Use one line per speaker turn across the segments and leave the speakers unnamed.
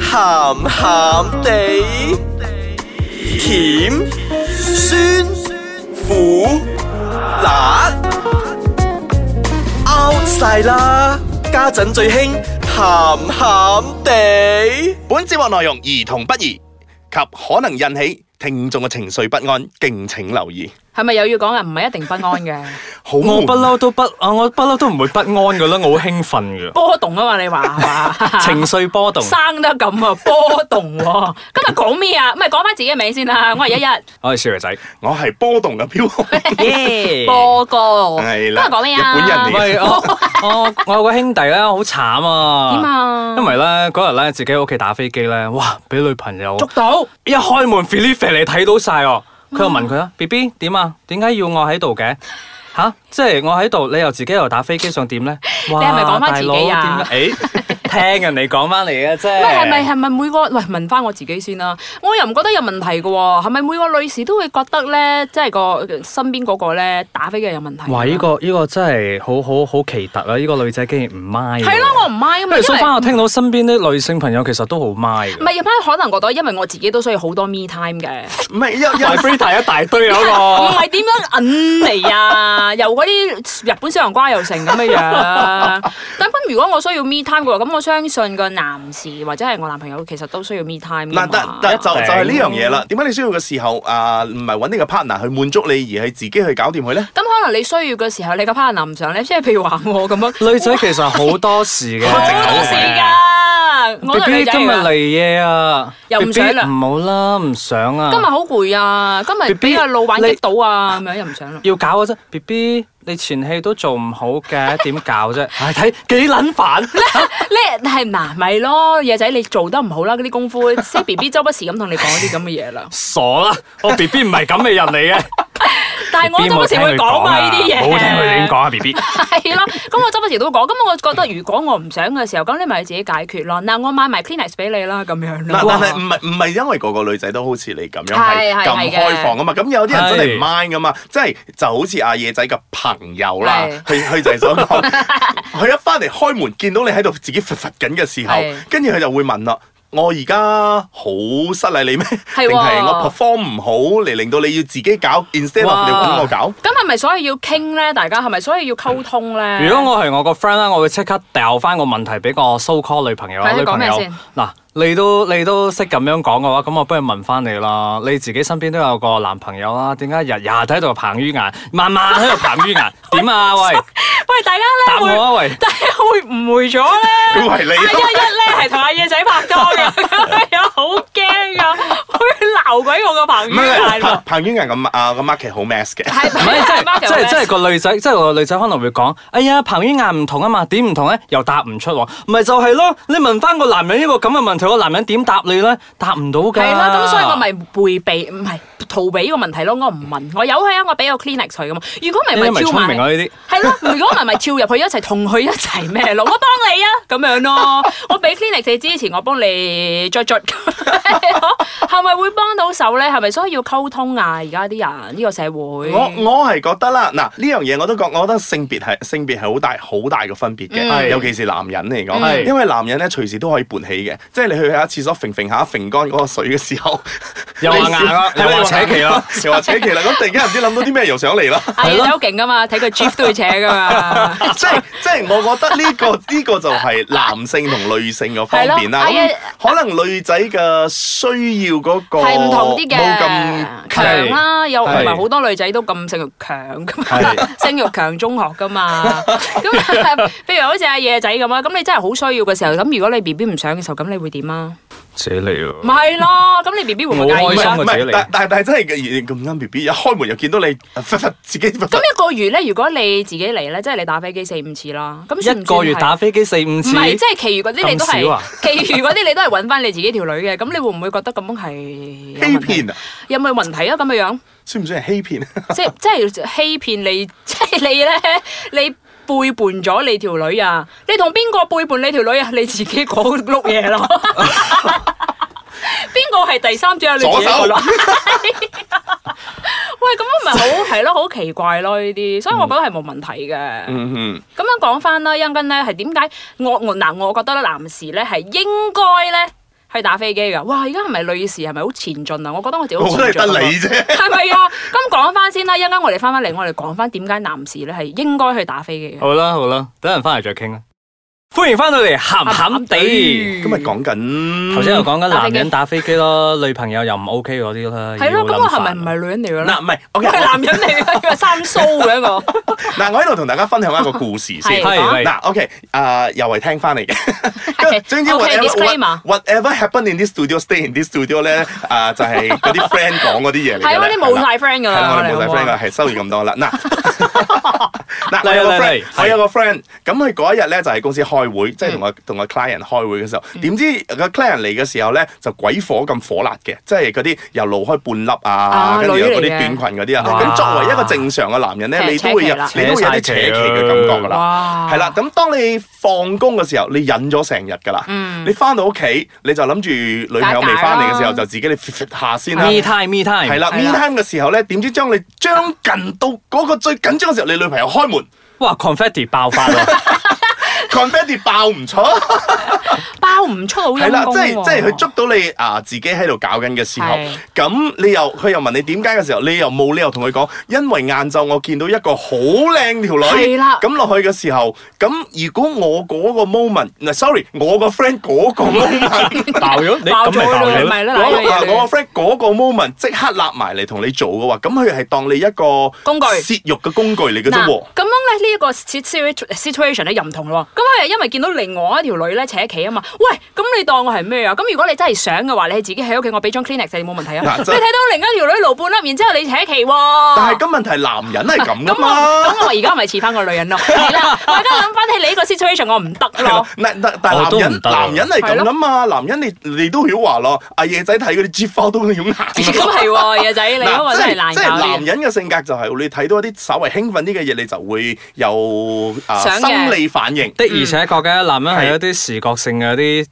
鹹鹹地，甜酸苦辣 out 晒啦！家陣最興鹹鹹地。
本節目內容兒童不宜，及可能引起聽眾嘅情緒不安，敬請留意。
係咪又要講啊？唔係一定不安 嘅，
好
我不
悶
嬲都不啊，我不嬲都唔會不安噶啦，我好興奮
波動 啊嘛，你話係嘛？
噶，情緒波動。
生得咁啊，波動喎！今日講咩啊？唔係講翻自己嘅名先啦，我係一日
我係 小肥仔，
我係波動嘅 飄紅，
耶
波哥，
係
今日
啦
講咩啊？
日本人嚟嘅
喂，我我我有個兄弟咧，好慘啊！
點啊
因為咧嗰日咧自己喺屋企打飛機咧，哇！俾女朋友
捉到
一開門 f i l i p 嚟睇到晒哦。佢又問佢啊，B B 點啊？點解要我喺度嘅？吓、即係我喺度，你又自己又打飛機，想 點咧？你
係咪講返自己啊
誒，聽人哋講翻嚟嘅啫。
喂，係咪係咪每個喂問翻我自己先啦？我又唔覺得有問題嘅喎，係咪每個女士都會覺得咧，即係個身邊嗰個咧打飛機有問題？
哇！呢、個呢、個真係好好好奇特啊！呢、個女仔竟然唔咪喎。
係咯，我唔 mind 咁
不
嘛，
如收翻，
因
我
為
聽到身邊啲女性朋友其實都好 my
唔係入翻可能覺得，因為我自己都需要好多 me time 嘅。
唔係因因
free 一大堆 嗰
唔係點樣引嚟啊？由嗰啲日本小黃瓜又成咁嘅 樣。但咁如果我需要 me time 嘅話，咁我相信個男士或者係我男朋友其實都需要 me time
嗱，
㗎
但
嘛
但就就
一定
係呢樣嘢啦。點解你需要嘅時候啊，唔係揾你個 partner 去滿足你，而係自己去搞掂佢咧？
咁可能你需要嘅時候，你個 partner 唔上咧，即係譬如話 我咁樣，
女仔其實好多事嘅，
好多事㗎。我都
B
係女
B
仔
今日
嚟㗎
嚟嘢啊，
又唔
BB
想啦
唔好啦，唔想啊，
今日好攰啊！今日
BB
俾個老闆激到啊，咁樣又唔想啦。
要搞嘅啫，B B 你前戲都做唔好 嘅，點搞啫？唉，睇幾撚煩，
你係嗱咪咯，嘢仔你做得唔好啦，嗰啲功夫，即係 B B 周不時咁同你講啲咁嘅嘢啦。
傻啦，我 B B 唔係咁嘅人嚟嘅，
但係我周不時會講啊嘛呢啲嘢，
冇聽佢亂講啊，B B。
係咯，咁我周不時都講，咁我覺得如果我唔想嘅時候，咁你咪自己解決咯。嗱，我買埋 Kleenex 俾你啦，咁樣
嗱，
咯。
但係唔係唔係因為個個女仔都好似你咁樣
係
係
係係
咁
嘅
開放啊嘛？咁有啲人真係唔
係
mind 噶嘛，即係就好似阿夜仔嘅朋友啦
係，
佢佢就係想講， 佢一翻嚟開門見到你喺度自己佛佛緊嘅時候
係，
跟住佢就會問啦。我而家好失禮你咩？
係喎
定係我 perform 唔好嚟令到你要自己搞，instead of
哇
你揾我搞？
咁係咪所以要傾咧？大家係咪所以要溝通咧？
如果我係我個 friend 啦，我會即刻掉翻個問題俾個 so call 女朋友啊
係你
女
講
朋
咩
友
先。
嗱，你都你都識咁樣講嘅話，咁我不如問翻你啦。你自己身邊都有個男朋友啦，點解日日喺度彭于晏，慢慢喺度彭 于晏，點啊？喂，
喂，大家咧
答我
會，
啊！喂，
大家會誤會咗咧。
佢為你
阿一一咧係同阿夜仔拍拖嘅， 咁樣好驚啊！會鬧鬼我個朋
唔
友
係
係
彭
咯，
彭于晏咁啊個 market 好 mass 嘅。
係
唔係即係即係即係
係
個女仔，即係個女仔可能會講：哎呀，彭于晏唔同啊嘛，點唔同咧？又答唔出喎，咪就係咯。你問翻個男人呢個咁嘅問題，個男人點答你咧？答唔到㗎。
係啦，咁所以我咪迴避，唔係逃避呢個問題咯。我唔問，我有佢啊，我俾個 Kleenex 佢咁嘛。如果唔
呢
係
啲
咪
咪
超
聰
埋
明啊呢啲。
係咯， 如果唔係咪跳入去一齊同佢一齊咩咯？我幫你啊，咁樣 咯。我俾 clinic 你之前，我幫你捽捽， 係咪會幫到手咧？係咪所以要溝通啊？而家啲人呢個社會，
我我係覺得啦，嗱呢樣嘢我都覺，我覺得性別係性別係好大好大嘅分別嘅，
嗯
尤其是男人嚟講，
嗯
因為男人咧隨時都可以勃起嘅，即係你去下廁所揈揈下揈乾嗰個水嘅時候，
又話硬啦
你笑
又話扯旗啦，
又話扯旗啦，咁突然間唔知諗到啲咩又上嚟 啦，
阿嘢好勁噶嘛，睇佢 g i f 都會扯噶嘛。
即係即係我覺得呢、個呢、個就係男性同女性嘅方面啦，
係
啊
咁
咯
可能女仔嘅需要嗰個
係唔同啲嘅，
冇咁
強啦，又唔
係
係好多女仔都咁性慾強噶嘛
係，
性慾強中學噶嘛。 咁 譬如好似阿夜仔咁啊啦，咁你真係好需要嘅時候，咁如果你 B B 唔上嘅時候，咁你會點啊？
扯嚟喎
唔。係咯，咁你 B B 會唔會介
我
意
開心
啊
啊？
唔
自己
係
嚟，
但但但係真係嘅咁啱 B B 一開門又見到你，呃忽忽自己忽忽
咁一個月咧，如果你自己嚟咧，即係你打飛機四五次啦，咁算
一
唔算
個月
係
打飛機四五
唔
次，
係，即係其餘嗰啲你都
咁少
係
啊，
其餘嗰啲你都係揾翻你自己條女嘅，咁你會唔會覺得咁樣係有
欺
問題
騙啊！
有冇問題啊？咁嘅樣。
算唔算係欺騙？
即係即係欺騙你， 即係你咧，你背叛咗你條女啊！你同邊個背叛你條女啊？你自己講碌嘢 咯。邊個係第三者啊？你自己講咯。 喂，咁 咪好係咯，好奇怪咯呢啲，所以我覺得係冇問題嘅。
嗯哼，
咁樣講翻啦，因根咧係點解我我嗱，我覺得咧男士咧係應該咧去打飛機㗎。哇！而家係咪女士係咪好前進啊？我覺得我自己好
我
前
覺得
進啊
係得你啫。
係咪啊？咁講翻先啦，一陣間我哋翻返嚟，我哋講翻點解男士咧係應該去打飛機嘅。
好啦好啦，等陣翻嚟再傾啦。歡迎翻到嚟，鹹鹹 地。
今日講緊
嗯頭先又講
打
緊
飛
男
機
人打飛機啦，女朋友又唔 OK 嗰啲啦。
係
要
咯，咁我係咪
諗
唔
法
係女人嚟㗎咧
嗱，？唔係，OK，
我係
我
男人嚟 㗎，佢係生須嘅我。
嗱，我喺度同大家分享一個故事先。
係
係
講
係
嗱，OK，啊，又係聽翻嚟嘅。 總之
OK，
whatever
disclaimer
whatever happened in this studio, stay in this studio 咧，啊，就係嗰啲 friend 講嗰啲嘢嚟嘅咧。
係我哋冇
係啦
晒 friend 㗎
係啦，
啦，
我哋冇晒 friend
㗎。
噶，係收完咁多啦。 嗱，嗱，我
嚟
有個
嚟
friend，
嚟
我有個 friend，咁佢嗰一日咧就喺公司開
嗯
會，即係同個同個 client 開會嘅時候，點知個 client 嚟嘅時候咧就鬼火咁火辣嘅，即係嗰啲又露開半粒啊，
啊
跟住
女
有
嚟
嗰啲
嘅
短裙嗰啲啊。
哇
咁作為一個正常嘅男人咧，
扯
你都會有
扯旗啦
你都會有啲扯旗嘅感覺㗎啦。
哇！
係啦，，咁當你放工嘅時候，你忍咗成日㗎啦。你翻到屋企，你就諗住女朋友未翻嚟嘅時
嗯假假
候，
啦
就自己你 fit fit 下先啦。
Me time me time
係啦
係
，me
啦
time 嘅時候咧，點知將你將近到嗰個最緊張嘅時候，你女朋友開 門
哇 confetti 爆發啊啦！
，confetti 爆唔出，
包唔出好
係
陰
啦，
功
即係
喎
即係佢捉到你啊自己喺度搞緊嘅時候
係，
咁你又佢又問你點解嘅時候，你又冇理由同佢講，因為晏晝我見到一個好靚條女，
係啦
咁落去嘅時候，咁如果我嗰個 moment，嗱，sorry，我個 friend 嗰個 moment。
爆咗你
爆
咁咪
咗
爆
啦，
咗
咪
咯。
啦，
嗰
嗱
個
嗱
我個 friend 嗰個 moment 即刻立埋嚟同你做嘅話，咁佢係當你一個
工具
泄欲嘅工具嚟嘅啫
嗱
喎。
咁樣咧呢一個 situ- situation 咧又唔同咯喎，咁佢係因為見到另外一條女咧扯旗啊嘛，喂，咁你當我係咩啊？咁如果你真係想嘅話，你係自己喺屋企，我俾張 Kleenex 你冇問題啊。
嗱
你睇
真
到另一條女露半粒，然之後你扯旗喎。
但係咁啊問題係男人係咁
咁
噶
我啊 咁啊
嘛？
我而家咪似翻個女 人咯，係啦，我而家諗翻起你呢個 situation 我唔得 咯。
嗱嗱，但係
我
男
都
人
唔得啊
男人係咁噶嘛？男人你你都曉話咯，阿夜仔睇嗰啲 G 包都要硬。
咁係喎，嘢仔你嗰
嗱，
個
即
真係
係
難
即
搞
係
啲
男。人嘅性格就係你睇到一啲稍為興奮啲嘅嘢，你就會有啊
想嘅
生理反應。
的而且確嘅，男
嗯
人係有啲視覺性嘅啲，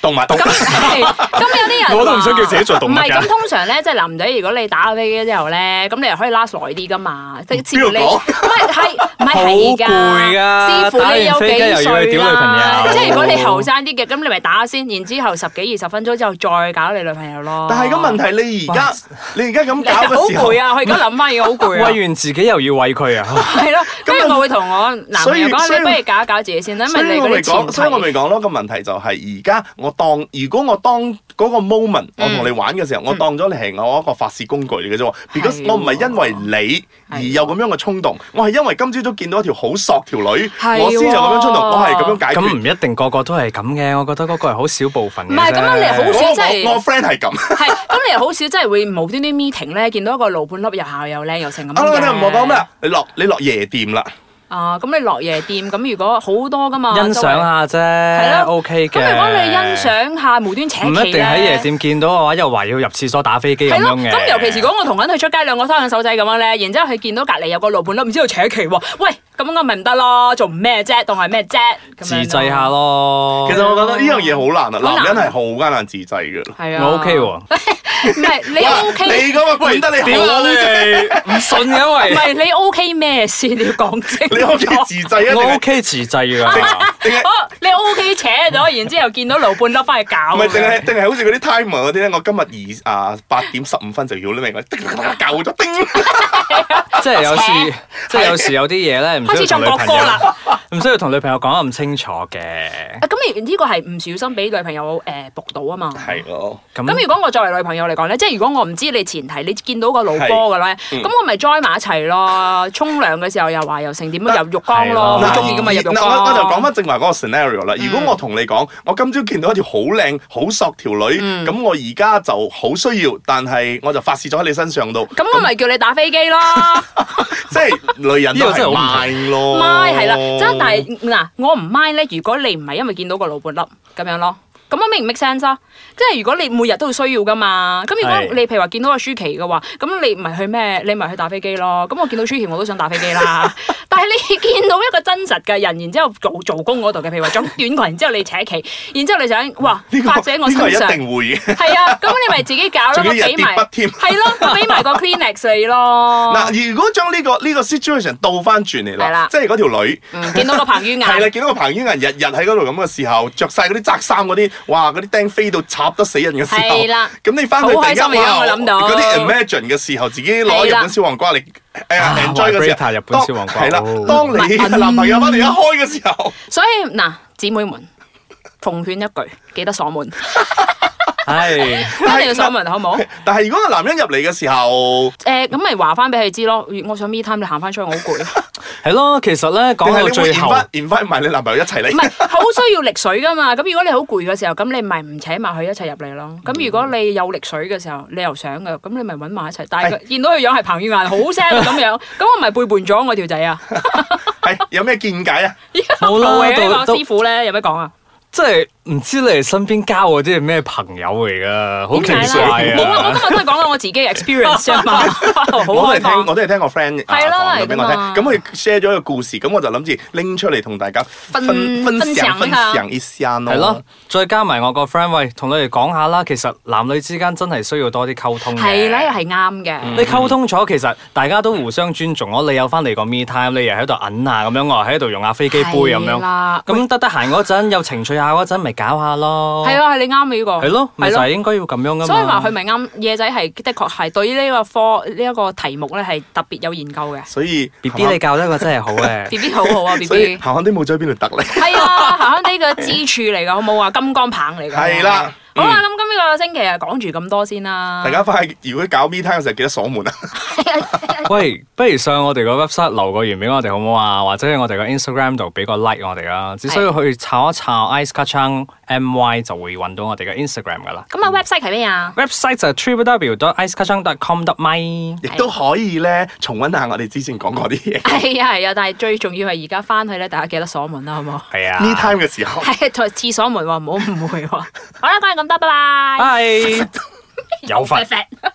動物
咁啊係咁有啲人話
我都唔想叫自己做動物
唔係
㗎
咁，通常咧，即係男仔，如果你打咗飛機之後咧，咁你又可以 last 耐啲噶嘛。即係似乎你
邊度講
唔係係唔 係
好
係㗎？
攰㗎
師傅你有幾
打完飛機
歲
又要去屌女
啦
朋？友
即係如果你後生啲嘅，咁你咪打先，然之後十幾二十分鐘之後再搞你女朋友咯。
但係個問題，你而家你而家咁
你好
搞嘅時候
攰。啊！我而家諗翻嘢好攰啊！
喂完自己又要喂 佢啊！
係咯，跟住我會同我男朋
所
友
以所
講，
以
你不如搞一搞自己先啦，因
所
為
以
你
我咪
嗰啲
講，所以我
前
咪
提。
講咯。個問題就係而家我當，如果我當嗰個 moment 我同你玩嘅時候，我當咗你係我一個發泄工具嚟嘅啫喎。because
嗯係喎
我唔係因為你而有咁樣嘅衝動，我係因為今朝早見到一條好索條女，
係喎
我先有咁樣衝動，我係咁樣解
咁唔
決。
一定個個都係咁嘅，我覺得嗰個係好少部分嘅啫。
唔係咁啊樣你好少
我
真係
我我 friend 係咁，
係，咁你又好少真係會無端端 meeting 咧，見到一個老半粒又姣又靚又成咁
好啦，
樣
啊你唔
嘅。
好講咩， 你落你落夜店啦，
啊，咁你落夜店，咁如果好多噶嘛，
欣賞下啫，
啊係咯
o k 嘅。
咁如果你欣，賞下無端扯旗
唔
咧
一定喺夜。店見到嘅話，又話要入廁所打飛機咁
係咯，
樣嘅。
咁尤其是如果我同緊佢出街，兩個拖緊手仔咁樣咧，然之後佢見到隔離有個老半粒，唔知道扯旗喎，喂，咁我咪唔得咯，做唔咩啫，當係咩啫，咁樣
自制下。咯
其。實我覺得呢樣嘢好難啊，
好難
男人係好艱難自制嘅。
係啊，
我 OK 喎，
唔係 你
哇
OK
你咁啊，唔得你好啊你真係
唔信嘅
唔
喂，
係你 OK 咩先？你要講清楚。
你 OK 自制啊？定
我
係
OK 自制㗎。
定係？
哦，你 OK 扯咗，然之後見到老半粒翻去搞。啊
唔係，定哦係定係好似嗰啲 timer 嗰啲咧，我今日二啊八點十五分就要啦， 明唔明？叮叮叮教咗叮，
即係有時
扯，
即係有時有啲嘢咧，唔
開
需
始
要
唱
同
國歌
女朋
啦
友。唔需要同女朋友講得咁清楚嘅。
啊咁你呢個係唔小心俾女朋友誒仆到啊嘛。
係咯，
咁
咁
如果我作為女朋友嚟講咧，即係如果我唔知你前提，你見到個老波嘅咧，
嗯
咁我咪 join 埋一齊咯。沖涼嘅時候又話又成點樣入浴缸咯，
係啦
好中意噶哦嘛入浴
嗱
嗯缸。
我我就講翻正話嗰個 scenario 啦。如果我同你講，我今朝見到一條好靚、好索條女，
嗯
咁我而家就好需要，但係我就發泄咗喺你身上度，
咁我咪叫你打飛機咯，
即係女人
呢
都
個真
係
係好
慢咯，
咪係啦，
哦
真但係嗱，我唔 mind 咧。如果你唔係因為見到個老半粒咁樣咯，咁樣 make 唔 make sense 啊？即係如果你每日都需要噶嘛，咁如
係
果你譬如話 見到個舒淇嘅話，咁你咪去咩？你咪去打飛機咯。咁我見到舒淇我都想打飛機啦，但但係你見到一個真實嘅人，然之後做做工嗰度嘅，譬如話着短裙，然之後你扯旗，然之後你想哇
嗯呢個
發者我
呢個
身
係
上
一。定會嘅。
係啊，咁你咪自己搞咯，
仲要
我
日
俾埋
跌不添
係咯，我俾埋個 Kleenex 你咯。
嗱，如果將呢個呢個 situation 倒翻轉嚟
哦係
啦
啦，
即係嗰條女。
嗯，見到個彭于晏，
係啦，見到個彭于晏日日喺嗰度咁嘅時候，着晒嗰啲窄衫嗰啲，哇！嗰啲釘飛到插得死人嘅時候，
係啦
咁你翻去
好開
第一
心嚟㗎
哇
我諗到
嗰啲 imagine 嘅時候，自己攞日
係啦
本小黃瓜嚟誒
啊
enjoy 嘅時候，
Vibrator 日本小黃瓜
係啦
哦，
當你
嗯
嘅男朋友翻嚟一開嘅時候，
所以嗱，姊妹們奉勸一句，記得鎖門，一
係。
定要鎖門，好唔好？
但係如果個男人入嚟嘅時候，
誒，咁咪話翻俾佢知咯。我想 me time，你行翻出去，我好攰。
係咯，其實咧
定
講
係
到
你會
最後，
invite invite 埋你男朋友一齊
唔
嚟？
係好需要力水噶嘛。咁如果你好攰嘅時候，咁你咪唔請埋佢一齊入嚟咯。咁如果你有力水嘅時候，你又想嘅，咁你咪揾埋一齊。但係佢見到佢樣係彭于晏，好 sad 咁樣，咁我咪背叛咗我條仔啊！
係有咩見解啊？
冇啦
喂，呢
到
個
到
師傅咧有咩講啊？
即係唔知你哋身邊交嗰啲係咩朋友嚟噶，好奇
點解
怪
咧
啊！
冇啊！我今日都係講緊我自己嘅 experience 啫嘛， 好
我都
開
係
放
聽，。我都係聽我 friend 啊
係啦
講咗俾我
嚟㗎
聽，
嘛
咁佢 share 咗一個故事，咁我就諗住拎出嚟同大家分
分分
分
享
享分
一下
享一下咯。
係咯，再加埋我個 friend，喂，同你哋講下啦。其實男女之間真係需要多啲溝通嘅。
係咧，係啱嘅。
你溝通咗，其實大家都互相尊重咯。你有翻嚟個 me time，你又喺度揞下咁樣，我又喺度用下飛機杯咁
係啦
樣。咁得得閒嗰陣，有情趣下嗰陣，咪搞下咯。
係啊，係你啱嘅呢個。
哦係咯，咪
係
就
咯
係應該要咁樣噶嘛。
所以話佢咪啱，夜仔係的確係對呢個科呢一個題目咧係特別有研究嘅。
所以
B B 你教得我真係 好
B
嘅。
B 好好啊，B
所以
B
行行啲冇咗喺邊度得咧？
係啊，行呢個支柱嚟噶，好冇啊，金剛棒嚟噶。
係啦。
好啦，咁今個星期啊，講住咁多先
啊
啦。
大家翻去如果搞 me time 嘅時候，記得鎖門啊！
喂，不如上我哋個 website 留個言俾我哋好唔好啊？或者喺我哋個 Instagram 度俾個 like 我哋啦。只需要去抄一抄 Ice k a c h a n g M Y 就會揾到我哋嘅 Instagram 噶啦。
咁啊，website 係咩啊？
website 就係 www.icekachang.com.my。
亦都可以咧重温下我哋之前講過啲嘢。
係啊係啊，但係最重要係而家翻去咧，大家記得鎖門啦，好冇？
係啊
me time 嘅時候，
係同埋廁所門喎，唔好誤會喎。好啦，今日咁多，拜拜。
拜。有份
拜拜